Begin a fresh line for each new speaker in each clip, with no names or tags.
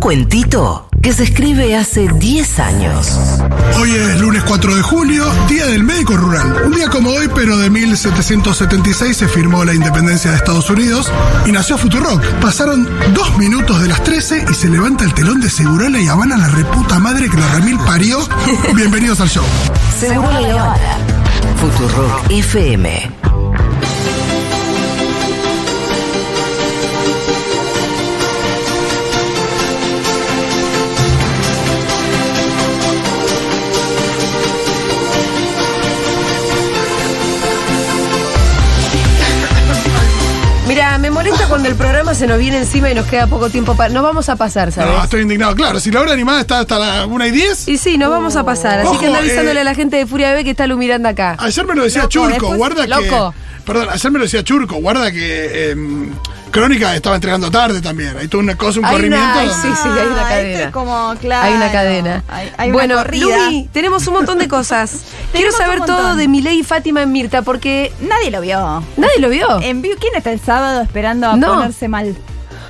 cuentito que se escribe hace 10 años.
Hoy es lunes 4 de julio, Día del Médico Rural. Un día como hoy, pero de 1776 se firmó la independencia de Estados Unidos y nació Futurock. Pasaron dos minutos de las 13 y se levanta el telón de Segurola y Habana, la reputa madre que la Ramil parió. Bienvenidos al show.
Seguro Habana. Futurock FM.
Mira, me molesta cuando el programa se nos viene encima y nos queda poco tiempo para. Nos vamos a pasar, ¿sabes?
No, Ah, estoy indignado. Claro, si la hora animada está hasta la 1 y 10.
Y sí, nos vamos a pasar. Así
Ojo,
que anda avisándole
eh,
a la gente de Furia B que está lumirando acá.
Ayer me lo decía
Loco,
Churco,
después-
guarda
Loco.
que. Perdón, ayer me lo decía Churco, guarda que em, Crónica estaba entregando tarde también. Ahí tuvo una cosa, un
Hay
corrimiento.
una- ay, sí, sí, hay una
Ah,
cadena.
esto es como, claro,
hay una cadena.
Hay, hay
bueno,
una corrida.
Lumi, tenemos un montón de cosas. Quiero
Tenemos un
saber todo
montón.
de Milei y Fátima en Mirta porque
Nadie lo vio.
nadie lo vio.
En vivo, ¿quién está el sábado esperando a
No.
ponerse mal?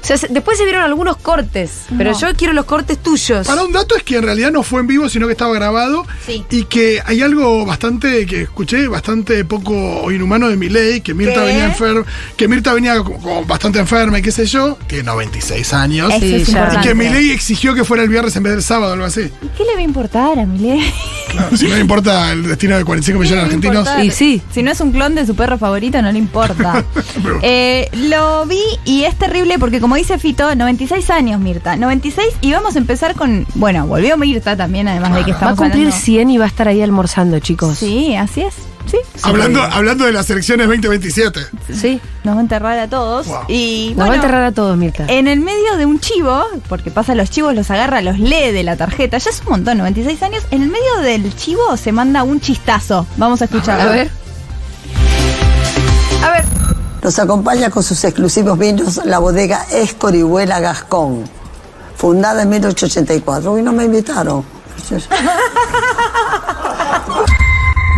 O sea, se- después se vieron algunos cortes, pero
No.
yo quiero los cortes tuyos.
Para un dato es que en realidad no fue en vivo, sino que estaba grabado.
Sí.
Y que hay algo bastante que escuché, bastante poco inhumano de Milei, que Mirta
¿Qué?
venía enferma, que Mirta venía como- como bastante enferma y qué sé yo. Tiene 96 años.
Eso
Sí,
es
ya.
Y
importante.
que Milei exigió que fuera el viernes en vez del sábado, algo así.
¿Qué le va a importar a Milei?
Claro, si no le importa el destino de 45 millones de argentinos.
Y sí.
Si no es un clon de su perro favorito, no le importa. Eh, lo vi y es terrible porque, como dice Fito, 96 años, Mirta. 96 y vamos a empezar con. Bueno, volvió Mirta también, además de que
Va a
estamos
cumplir
hablando-
100 y va a estar ahí almorzando, chicos.
Sí, así es. Sí.
Hablando, hablando de las elecciones 2027.
Sí.
Nos va a enterrar a todos.
Wow.
Y
Nos va
bueno,
a enterrar a todos, Mirta.
En el medio de un chivo, porque pasa los chivos, los agarra, los lee de la tarjeta, ya es un montón, 96 años, en el medio del chivo se manda un chistazo. Vamos a escucharlo.
a ver. A ver.
Los acompaña con sus exclusivos vinos la bodega Escorihuela Gascón, fundada en 1884. Hoy no me invitaron.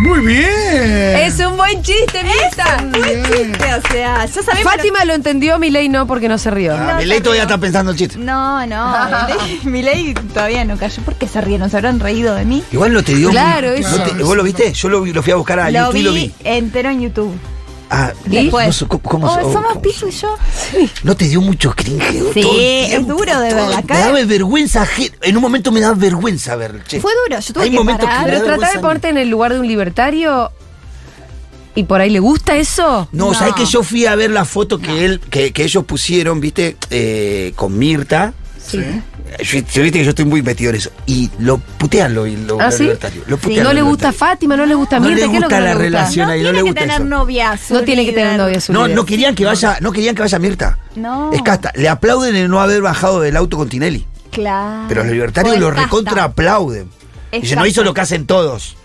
Muy bien.
Es un buen chiste, Mirta.
Bien.
O sea, ya sabemos.
Fátima lo entendió, Milei no, porque no se rió.
Ah, Milei todavía está pensando el chiste.
No, no, Milei todavía no cayó. ¿Por qué se rieron? ¿Se habrán reído de mí?
Igual no te dio.
Claro,
no
eso.
te- ¿Vos lo viste? Yo lo, vi- lo fui a buscar a
Lo
YouTube
vi,
Ah, y lo vi.
entero en YouTube.
Ah,
¿Y?
no sé ¿cómo, cómo-
Oh,
oh,
somos
cómo-
Pitu y yo.
No te dio mucho cringe. oh, todo el
es
tiempo,
duro de
todo-
ver la
Me
cara.
daba vergüenza. ajena. En un momento me daba vergüenza verlo. Che.
Fue duro, yo tuve
Hay
que
momentos
parar.
que me
Pero
da
tratar de
vergüenza
ponerte en el lugar de un libertario y por ahí le gusta eso.
No,
No.
¿sabés que yo fui a ver la foto que él, que, que ellos pusieron, viste, Eh, con Mirta?
Sí.
Yo, yo- viste que yo estoy muy metido en eso. Y lo putean lo, lo-
¿Ah,
lo
sí?
libertario. Lo putean
no
lo
le gusta a
libertario.
Fátima, no le gusta a
No
Mirta,
le
¿qué es lo que
gusta
no
la
le gusta?
relación. ahí, no le gusta eso.
novia. su
No tiene que tener
líder.
novia su
No,
líder.
no querían que vaya, no querían que vaya Mirta.
No.
Es casta. Le aplauden el no haber bajado del auto con Tinelli.
Claro.
Pero los libertarios
Por
lo
Ah. casta.
recontra aplauden.
Es
Dice, no
casta.
hizo lo que hacen todos.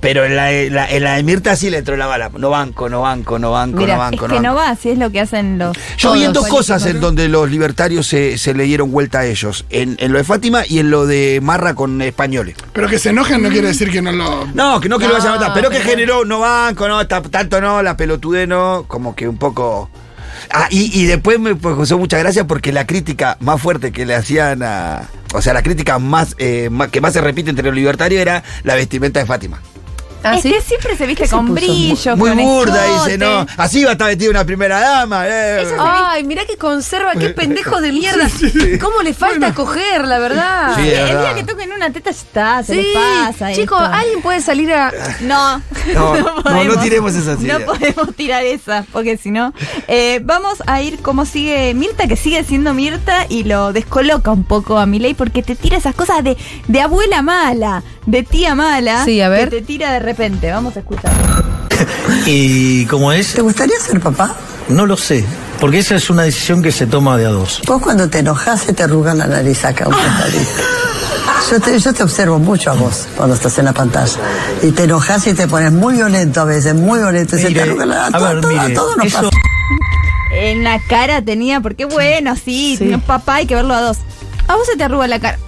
Pero en la, de- la- en la de Mirta sí le entró la bala. No banco, no banco, no banco,
Mirá,
no
Es
banco,
que no
banco.
va, si es lo que hacen los.
Yo vi en dos
todos los
cosas en
políticos.
donde los libertarios se, se le dieron vuelta a ellos. En, en lo de Fátima y en lo de Marra con españoles.
Pero que se enojen no quiere decir que no lo.
No, que no que lo
No,
vayan a matar. Pero que
pero-
generó no banco, no, ta- tanto no, la pelotude no, como que un poco. Ah, y, y después me pues, causó mucha gracia porque la crítica más fuerte que le hacían a. O sea, la crítica más, eh, más- que más se repite entre los libertarios era la vestimenta de Fátima.
¿Ah,
es
sí?
que siempre se viste
¿Qué se
con
puso?
brillo,
Muy
con
burda,
escote.
dice, no. Así va a estar vestida una primera dama. eh.
Ay, mirá que conserva, qué pendejo de mierda. ¿Cómo le falta coger, la verdad?
Sí,
El,
es
el día
verdad.
que toquen una teta ya está, se
Sí.
les pasa.
Chicos,
esto.
alguien puede salir a.
No,
No, no, no
podemos.
tiremos esa
No
idea.
podemos tirar esa, porque si no. Eh, vamos a ir como sigue Mirta, que sigue siendo Mirta y lo descoloca un poco a Milei porque te tira esas cosas de, de abuela mala, de tía mala.
Sí, a ver.
Que te tira de repente. Vamos a escuchar.
Y como es,
¿Te gustaría ser papá?
no lo sé, porque esa es una decisión que se toma de a dos.
Vos cuando te enojas se te arruga la nariz acá un costadito. Yo te, yo te observo mucho a vos cuando estás en la pantalla. Y te enojas y te pones muy violento a veces, muy violento. y se te
Mire,
arruga la
a
todo-
ver,
todo-
mire,
todo nos
eso-
pasa.
En la cara tenía, porque bueno, sí,
Sí.
tiene un papá, hay que verlo a dos. A vos se te arruga la cara.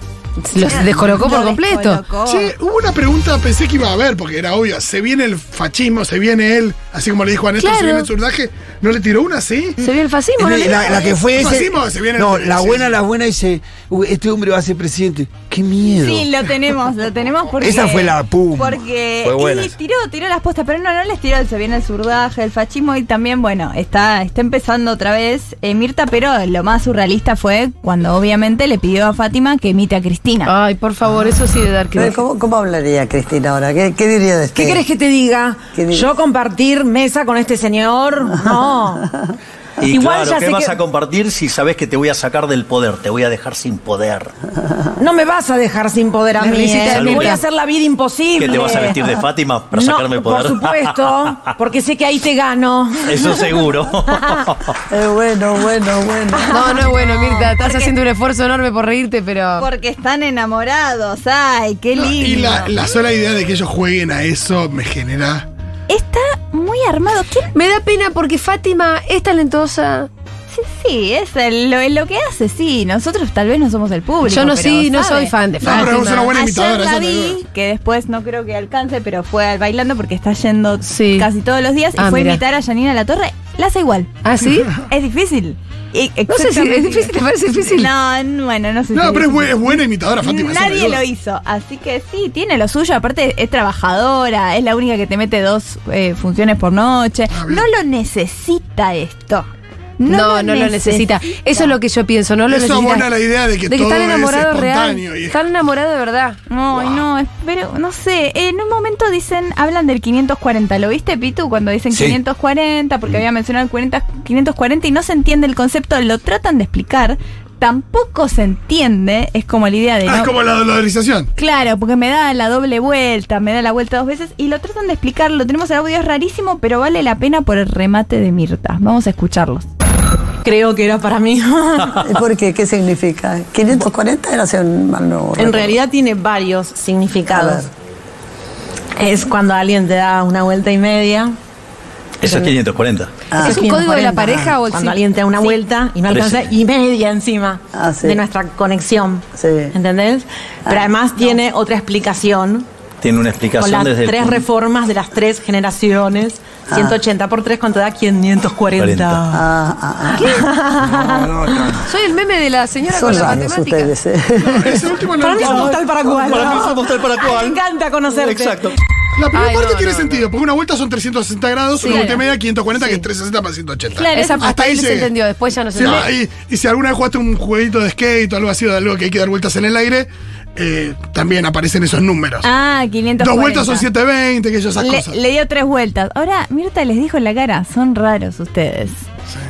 Los descolocó por
Lo
completo.
descolocó.
Che, hubo una pregunta, pensé que iba a haber, porque era obvio. Se viene el fascismo, se viene el Así como le dijo a Néstor,
Claro.
se viene el surdaje, ¿no le tiró una así?
Se vio el fascismo, ¿no?
La, la- la que fue
No,
ese.
hacemos, se viene
No,
el-
la
sí.
buena, la buena dice, "Uy, este hombre va a ser presidente. Qué miedo.
Sí, lo tenemos, lo tenemos porque.
Esa fue la pum.
Porque.
Fue buena
y
esa.
tiró, tiró las postas, pero no, no les tiró. Se viene el surdaje, el fascismo y también, bueno, está, está empezando otra vez eh, Mirta, pero lo más surrealista fue cuando obviamente le pidió a Fátima que imite a Cristina.
Ay, por favor, eso sí de dar que.
Pero Eh, ¿Cómo, cómo hablaría Cristina ahora? ¿Qué, qué diría de
¿Qué
este?
querés que te diga?
¿Qué dices?
¿Yo compartir mesa con este señor? No.
Y
Igual
claro,
ya
¿qué
sé
vas
que-
a compartir si sabes que te voy a sacar del poder? Te voy a dejar sin poder.
No me vas a dejar sin poder a
La
mí.
risita
¿eh?
de
Me voy
Mirta.
a hacer la vida imposible.
¿Que te vas a vestir de Fátima para sacarme
no,
poder?
Por supuesto, porque sé que ahí te gano.
Eso seguro.
Eh, bueno, bueno, bueno.
No, no es bueno, Mirta. Estás
Porque-
haciendo un esfuerzo enorme por reírte, pero.
Porque están enamorados. Ay, qué lindo.
Y la, la sola idea de que ellos jueguen a eso me genera.
Está muy armado. ¿Quién?
Me da pena porque Fátima es talentosa.
Sí, sí, es el- lo, es lo que hace, sí. Nosotros tal vez no somos el público.
Yo no
pero
sí, no
sabe.
soy fan de
No, pero
Fátima.
es una buena imitadora.
Ayer
esa
la
es la duda.
vi, que después no creo que alcance, pero fue al bailando porque está yendo
Sí.
casi todos los días.
Ah,
y fue
mira.
a invitar a Yanina La Torre. La hace igual.
¿Ah, sí?
Es difícil. Y-
No sé si
exactamente
es difícil, te parece difícil.
No, n- bueno, no sé si
No, pero es bu- es buena, imitadora, Fátima. eso no hay
Nadie
duda.
lo hizo, así que sí, tiene lo suyo, aparte es trabajadora, es la única que te mete dos eh, funciones por noche.
Ah, bien.
No lo necesita esto.
No, no, lo necesita. Eso es lo que yo pienso, no lo
Eso
necesita.
abona la idea de que todo
están
es
enamorados real.
espontáneo y-
Están enamorados de verdad.
Ay, no, es- pero no sé. eh, En un momento dicen, hablan del 540. ¿Lo viste, Pitu? Cuando dicen
Sí.
540, porque había mencionado el 40, 540 y no se entiende el concepto, lo tratan de explicar. Tampoco se entiende, es como la idea de.
Ah, es
no-
como la dolarización.
Claro, porque me da la doble vuelta, me da la vuelta dos veces y lo tratan de explicar. Lo tenemos el audio, es rarísimo, pero vale la pena por el remate de Mirta. Vamos a escucharlos.
Creo que era para mí.
¿Y ¿Por qué? ¿Qué significa? 540 era hace un mal no
En
recuerdo.
realidad tiene varios
A
significados.
ver.
Es cuando alguien te da una vuelta y media.
Eso es 540.
Ah.
¿Es un código de la pareja o el sí?
Cuando alguien te da una vuelta y no alcanza
Trece.
y media encima
Ah, sí.
de nuestra conexión.
Sí.
¿Entendés? Pero
Ah,
además tiene otra explicación
Tiene una
con
explicación
las
desde. el
tres
punto-
reformas de las tres generaciones.
Ah.
180 por 3 cuando da 540.
Ah, ah,
No, no, no.
Soy el meme de la
ah.
señora
Son
con la
raros
matemática.
ustedes. eh.
Ese último no
Para mí
lo
es
entiendo.
postal para cuál.
Para mí es postal para cuál.
Me encanta conocerte.
Exacto.
La primera
Ay, no,
parte tiene
no,
sentido, porque una vuelta son 360 grados, una vuelta y media 540, que es 360 para 180.
Claro,
Esa
Hasta
hasta
ahí
él se
llegué.
entendió, después ya no se
Sí,
entendió.
ah, y, y si alguna vez jugaste un jueguito de skate o algo así, o de algo que hay que dar vueltas en el aire, eh, también aparecen esos números.
Ah, 540.
Dos vueltas son 720, que yo esas
Le,
cosas.
le dio tres vueltas. Ahora, Mirta les dijo en la cara, son raros ustedes.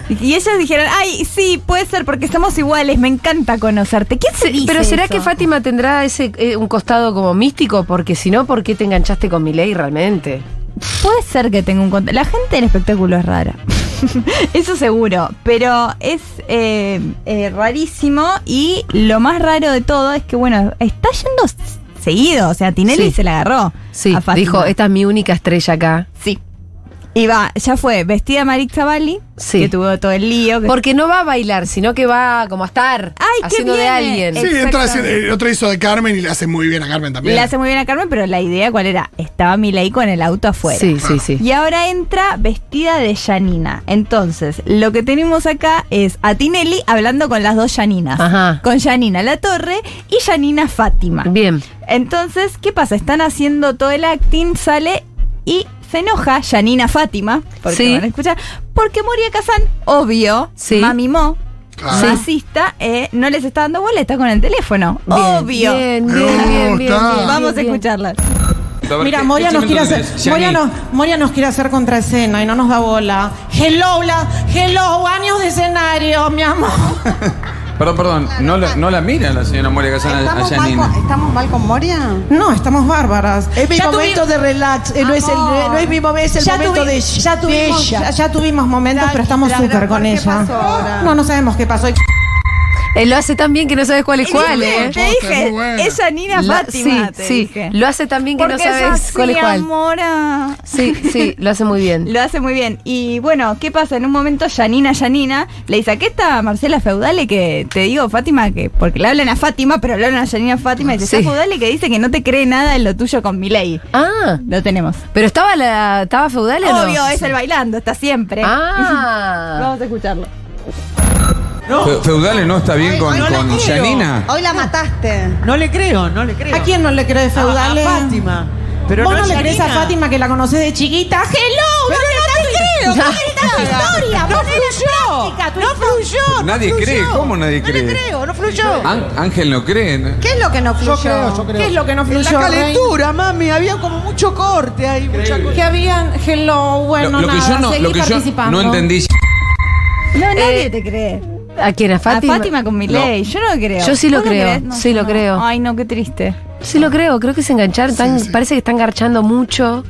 Y ellas dijeron, ay, sí, puede ser, porque somos iguales, me encanta conocerte. ¿Quién se dice
Pero ¿será
eso?
que Fátima tendrá ese eh, un costado como místico? Porque si no, ¿por qué te enganchaste con Milei realmente?
Puede ser que tenga un cont- La gente del espectáculo es rara. Eso seguro. Pero es eh, eh, rarísimo. Y lo más raro de todo es que, bueno, está yendo s- seguido. O sea, Tinelli
Sí.
se la agarró.
Sí,
a Fátima.
dijo, eh, esta es mi única estrella acá.
Sí. Y va, ya fue vestida Marix Zavalli,
Sí.
que tuvo todo el lío. que-
Porque no va a bailar, sino que va como a estar
Ay, qué
haciendo de
bien. eh.
alguien.
sí, entra
exactamente.
haciendo- el otro hizo de Carmen y le hace muy bien a Carmen también.
le hace muy bien a Carmen, pero la idea cuál era, estaba Milei con el auto afuera.
Sí, sí, sí.
Y ahora entra vestida de Janina. Entonces, lo que tenemos acá es a Tinelli hablando con las dos Janinas.
Ajá.
Con Janina La Torre y Janina Fátima.
Bien.
Entonces, ¿qué pasa? Están haciendo todo el acting, sale y se enoja Janina Fátima, porque
Sí.
van a escuchar, porque Moria Kazan, obvio,
Sí. Ah.
Mami Mo,
Claro.
racista, eh, no les está dando bola, está con el teléfono. Obvio.
Bien, bien,
Me
bien, bien, bien.
gusta.
Vamos
bien.
a escucharla.
Mira, Moria nos, quiere hacer, Moria, nos, Moria nos quiere hacer contraescena y no nos da bola. Hello, la, hello, años de escenario, mi amor.
Perdón, perdón, no la, no la mira la señora Moria Casana a Janina.
¿Estamos mal con Moria?
No, estamos bárbaras.
Es mi
Ya
momento
tuvi-
de relax, eh, no, es el,
Amor.
no es mi momento, es el
Ya
momento
tuvi-
de,
ya tuvimos,
de ella.
Ya, ya tuvimos momentos,
Tranqui,
pero estamos
tranqui,
súper
¿por
con
qué
ella.
pasó ahora?
No, no sabemos qué pasó.
Eh, lo hace tan bien que no sabes cuál es cuál,
¿Viste?
¿eh?
Te dije, es Janina
La-
Fátima.
sí,
te
sí.
dije.
Lo hace tan bien que no
Porque es
sabes
así,
cuál es cuál.
Amora.
Sí, sí, lo hace muy bien.
Lo hace muy bien. Y bueno, ¿qué pasa? En un momento, Janina, Janina, le dice, aquí está Marcela Feudale, que te digo, Fátima, que porque le hablan a Fátima, pero le hablan a Janina Fátima, y dice,
Sí.
"Está Feudale que dice que no te cree nada en lo tuyo con Milei.
Ah,
Lo tenemos.
pero estaba la estaba feudal o no?
Obvio, es el bailando, está siempre.
Ah.
Vamos a escucharlo.
Fe- Feudales no está bien con,
Hoy la
con
creo.
Yanina.
Hoy la mataste.
No le creo, no le creo.
¿A quién no le
Ah,
crees feudal?
A, a Fátima. Pero
¿Vos
no,
no,
a
le crees a
Yanina.
Fátima que la conoces de chiquita? ¡Hello! ¡No, no,
creo,
te creo! historia! ¡No fluyó! ¡No fluyó!
Nadie cree, ¿cómo nadie
No le
cree?
creo, no fluyó.
Án- Ángel no cree. ¿no?
¿Qué es lo que no fluyó?
¿Qué es lo que no
En
fluyó?
la calentura, mami, había como mucho corte ahí, mucha
Reina?
cosa.
Que habían hello,
Lo,
bueno,
lo que
nada,
yo no,
seguí
lo que yo
participando.
no entendí.
No, nadie te cree.
¿A quién? ¿A eh, Fátima?
A Fátima con Milei, yo no creo.
Yo sí lo
¿Vos
creo,
creés?
sí
yo
lo creo.
Ay, no, qué triste.
Sí lo creo, creo que se engancharon, están- parece que están garchando mucho.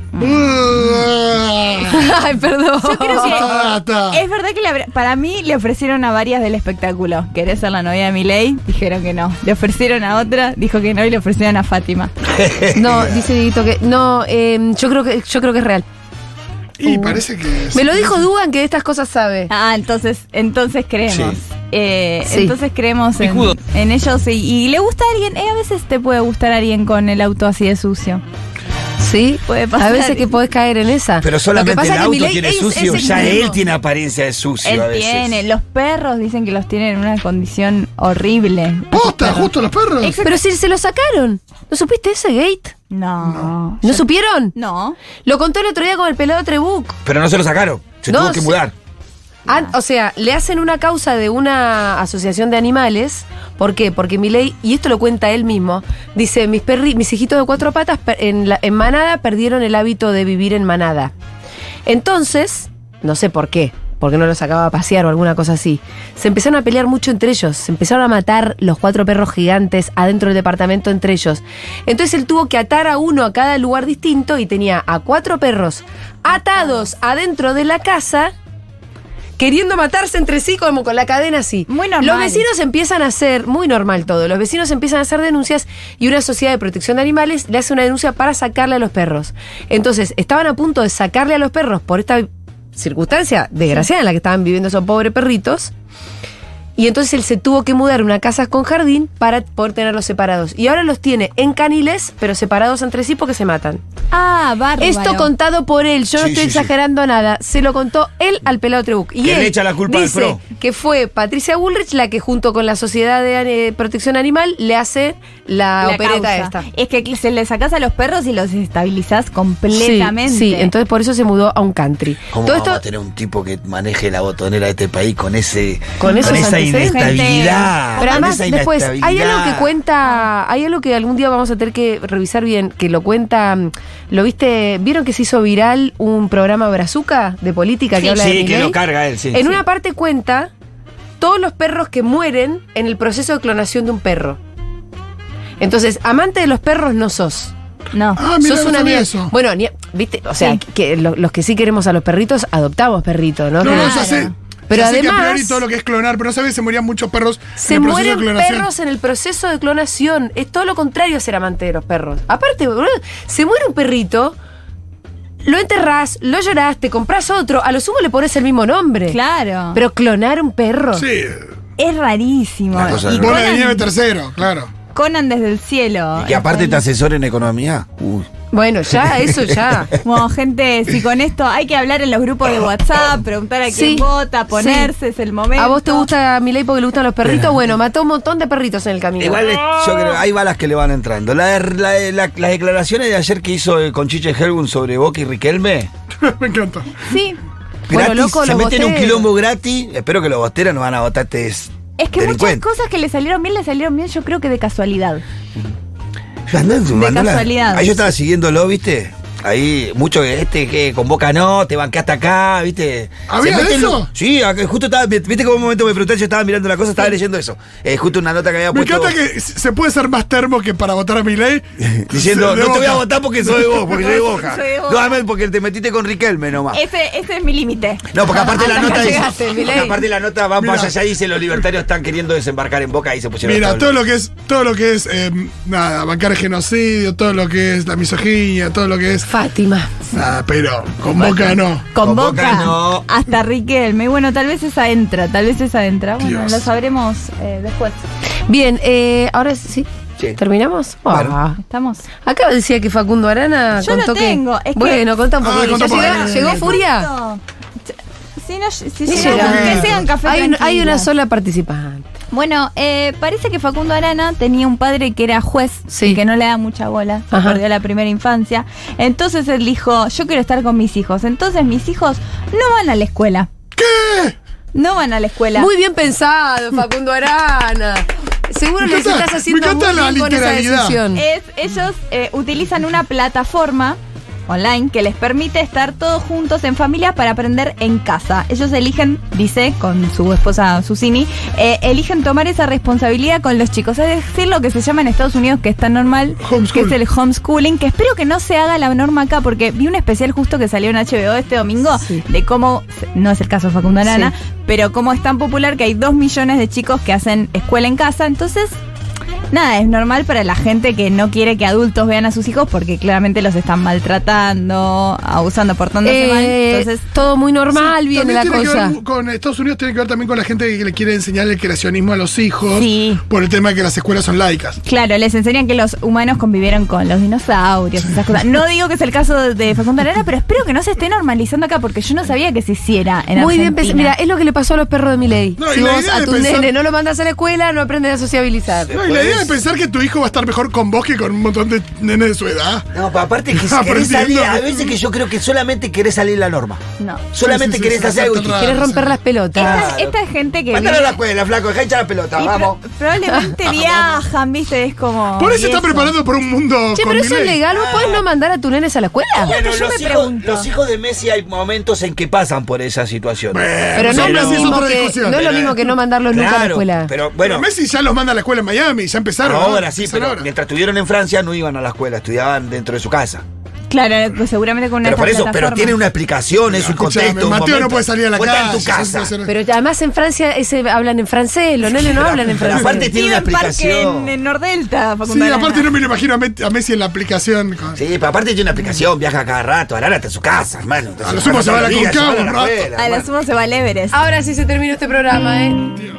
Ay, perdón.
Yo creo que
Ah, Basta.
Ah.
es verdad que le habrá- para mí le ofrecieron a varias del espectáculo. ¿Querés ser la novia de Milei? Dijeron que no. Le ofrecieron a otra, dijo que no y le ofrecieron a Fátima.
No, dice Dieguito que no, eh, yo creo que yo creo que es real.
Y parece que.
Me lo dijo Dugan que de estas cosas sabe.
Ah, entonces, entonces creemos. Eh,
Sí.
Entonces creemos en, en ellos y, y le gusta a alguien. Eh, a veces te puede gustar a alguien con el auto así de sucio.
Sí,
Puede pasar.
a veces que podés caer en esa.
Pero
Lo que
solamente
pasa
el
es que
auto
Milei
tiene
es-
sucio,
es
ya
extremo.
él tiene apariencia de sucio
Él
a veces.
tiene. Los perros dicen que los tienen en una condición horrible.
¡Oh!
¡Posta! ¡Justo los perros!
Pero si se lo sacaron. ¿No supiste ese gate?
No.
¿No supieron?
No.
Lo contó el otro día con el pelado Trebuc.
Pero no se lo sacaron, se
No,
tuvo que
se-
mudar.
An- Ah, o sea, le hacen una causa de una asociación de animales. ¿Por qué? Porque mi ley, y esto lo cuenta él mismo, dice, mis, perri- mis hijitos de cuatro patas per- en, la- en manada perdieron el hábito de vivir en manada. Entonces, no sé por qué, porque no los sacaba a pasear o alguna cosa así, se empezaron a pelear mucho entre ellos, se empezaron a matar los cuatro perros gigantes adentro del departamento entre ellos. Entonces él tuvo que atar a uno a cada lugar distinto y tenía a cuatro perros atados adentro de la casa queriendo matarse entre sí, como con la cadena así.
Muy normal.
Los vecinos empiezan a hacer, muy normal todo, los vecinos empiezan a hacer denuncias y una sociedad de protección de animales le hace una denuncia para sacarle a los perros. Entonces, estaban a punto de sacarle a los perros por esta circunstancia desgraciada en la que estaban viviendo esos pobres perritos. Y entonces él se tuvo que mudar a una casa con jardín para poder tenerlos separados. Y ahora los tiene en caniles, pero separados entre sí porque se matan.
Ah, bárbaro.
Esto contado por él, yo no
Sí,
estoy
sí, sí.
exagerando nada. Se lo contó él al pelado Trebuc. Y
Que
él
le echa la culpa al
dice
PRO.
que fue Patricia Bullrich la que junto con la Sociedad de eh, Protección Animal le hace la,
La
Ah, opereta
causa.
esta.
Es que se le sacás a los perros y los estabilizás
Sí,
completamente.
sí, entonces por eso se mudó a un country.
¿Cómo
Todo
vamos a
esto
tener un tipo que maneje la botonera de este país con ese
Con
con
esos
esa
antecedentes.
inestabilidad?
Pero
con
además,
esa
después, hay
inestabilidad?
algo que
Ah.
cuenta, hay algo que algún día vamos a tener que revisar bien, que lo cuenta, mm, lo viste, ¿vieron que se hizo viral un programa Brazuca de política que habla de
Sí, que
Milei?
lo carga él, sí.
en
sí.
una parte cuenta todos los perros que mueren en el proceso de clonación de un perro. Entonces, amante de los perros no sos.
No.
Ah, mira,
sos
no
una
sabía
mierda.
eso.
Bueno, ni- viste, o sea,
Sí.
que lo- los que sí queremos a los perritos, adoptamos perritos, ¿no?
No,
Pero-
no, ya sé.
Pero
ya sé que a
además-
priori todo lo que es clonar, pero no sabes, se morían muchos perros.
Se
en el proceso de
mueren
clonación.
perros en el proceso de clonación. Es todo lo contrario a ser amante de los perros. Aparte, boludo, se muere un perrito, lo enterrás, lo llorás, te compras otro, a lo sumo le pones el mismo nombre.
Claro.
Pero clonar un perro.
Sí.
es rarísimo.
Una cosa
Y
de
Bola de
Conan-
nieve tercero, claro.
Conan desde el cielo.
Y que aparte te asesora en economía. Uy.
Bueno, ya, eso ya.
Bueno, gente, si con esto hay que hablar en los grupos de WhatsApp, preguntar a quién
Sí,
vota,
sí.
ponerse, es el momento.
¿A vos te gusta Milei porque le gustan los perritos? Bueno, mató un montón de perritos en el camino.
Igual es- yo creo, hay balas que le van entrando. La- la- la- las declaraciones de ayer que hizo eh, Conchiche Helbun sobre Boca y Riquelme.
Me encantó.
Sí.
Bueno,
gratis,
loco,
se
los
meten en un
bosteros.
quilombo gratis. Espero que los bosteros no van a votar este es-
Es que muchas
delincuente.
cosas que le salieron bien, le salieron bien, yo creo que de casualidad.
Yo andaba en su
De
bandola.
casualidad.
Ahí yo estaba siguiéndolo, ¿viste? Ahí, mucho que este que convoca no, te banqué hasta acá, ¿viste?
¿Había
Se
de
meten
eso?
lo- Sí, acá- justo estaba, viste que un momento me pregunté, yo estaba mirando la cosa, estaba leyendo eso. Eh, justo una nota que había
Me
puesto.
encanta que se se puede ser más termo que para votar a mi ley.
Diciendo, no te voy a votar porque soy de vos, porque soy de Boca.
Soy de Boca.
No, además, porque te metiste con Riquelme nomás.
Ese, ese es mi límite.
No, porque aparte la
Hasta
nota
acá
es.
llegaste,
porque
Milei.
aparte la nota va
Mira.
más allá y dice los libertarios están queriendo desembarcar en Boca y se pusieron.
Mira,
estables.
todo lo que es, todo lo que es, eh, nada, bancar genocidio, todo lo que es la misoginia, todo lo que es.
Fátima.
Nada, pero con boca no.
Con
Con Boca
Boca
no.
hasta Riquelme. Bueno, tal vez esa entra, tal vez esa entra. Bueno,
Dios.
lo sabremos eh, después.
Bien, eh, ahora sí.
Sí.
¿Terminamos?
Bueno.
Ah.
¿Estamos?
Acá decía que Facundo Arana
Yo
contó
lo tengo,
que.
es que-
bueno, contá un
Ah,
poco.
contá un
¿Llegó,
poco.
llegó Furia?
No. Si no, si
Ni
llegan,
llega.
que sean café
Hay, un- hay una
tranquilas.
sola participante.
Bueno, eh, parece que Facundo Arana tenía un padre que era juez
Sí.
y que no le da mucha bola, se
Ajá.
perdió la primera infancia. Entonces él dijo, yo quiero estar con mis hijos. Entonces mis hijos no van a la escuela. ¿Qué? No van a la escuela.
Muy bien pensado, Facundo Arana. Seguro
Me
les
encanta-
estás
me
haciendo muy
encanta la
bien con esa
literalidad.
decisión.
Es- ellos eh, utilizan una plataforma online que les permite estar todos juntos en familia para aprender en casa. Ellos eligen, dice con su esposa Susini, eh, eligen tomar esa responsabilidad con los chicos. Es decir, lo que se llama en Estados Unidos, que es tan normal, que
Homeschool.
es el homeschooling, que espero que no se haga la norma acá, porque vi un especial justo que salió en HBO este domingo
Sí.
de cómo, no es el caso de Facundo Arana,
Sí.
pero cómo es tan popular que hay dos millones de chicos que hacen escuela en casa. Entonces, Nada, es normal para la gente que no quiere que adultos vean a sus hijos porque claramente los están maltratando, abusando, portándose mal.
Eh,
Entonces,
todo muy normal
Sí, también
viene la
tiene que
cosa.
ver con Estados Unidos tiene que ver también con la gente que le quiere enseñar el creacionismo a los hijos.
Sí.
Por el tema de que las escuelas son laicas.
claro, les enseñan que los humanos convivieron con los dinosaurios, esas cosas. No digo que es el caso de Facundo Arana, pero espero que no se esté normalizando acá porque yo no sabía que se hiciera en
Muy bien pues,
Argentina.
pensado. Mira, es lo que le pasó a los perros de Miley.
No, y
si
la
vos
idea
a
de
tu
pensar-
nene no lo mandas a la escuela, no aprendes a sociabilizar.
No, y la idea de pensar que tu hijo va a estar mejor con vos que con un montón de nenes de su edad.
No, pero aparte que si
Ah,
querés
Aprendiendo.
salir, a veces que yo creo que solamente querés salir la norma.
No.
Solamente
Sí, sí, sí,
querés
sí,
hacer algo.
sí, sí,
distinto.
sí.
Quieres romper las
Ah,
pelotas.
Esta, esta gente que
Mandalo a la
viene-
escuela, flaco, dejá hinchar la pelota,
y
vamos.
pro- probablemente viajan, viste, es como...
Por eso
y
está preparando por un mundo.
Che,
con
pero eso es
Milei.
legal. ¿Vos podés no mandar a tu nenes a la escuela?
yo
Bueno, los
me
hijos,
pregunto.
los hijos de Messi hay momentos en que pasan por esa situación.
Pero no es
Pero-
lo
Esa es
mismo
otra
que,
discusión. eh.
no es lo mismo que no mandarlos nunca a la
Claro,
escuela.
Pero
Bueno,
bueno,
Messi ya los manda a la escuela en Miami, ya empezaron.
ahora
¿no?
sí,
Empiezan
pero
ahora.
mientras estuvieron en Francia no iban a la escuela, estudiaban dentro de su casa.
Claro, pues seguramente con una
Pero por eso, pero
plataforma.
tiene una explicación, es un
Escuchame,
contexto. un
Mateo
momento.
no puede salir a la
Vos
calle.
estás en tu
es una
casa.
situación-
Pero además en Francia ese, hablan en francés, los nenes no hablan en
Pero
francés.
aparte tiene una
Vive en parque
explicación.
en, en Nordelta, Facundo
Sí,
Arana.
aparte no me lo imagino a Met- a Messi en la aplicación. con-
Sí, pero aparte tiene una aplicación, viaja cada rato, Arana está en su casa, hermano. Entonces,
A lo sumo
hermano,
se va a la
todos los días,
Concagua
se va a
un rato.
escuela,
A la
hermano.
suma se va al Everest.
Ahora sí se terminó este programa, ¿eh?
Dios.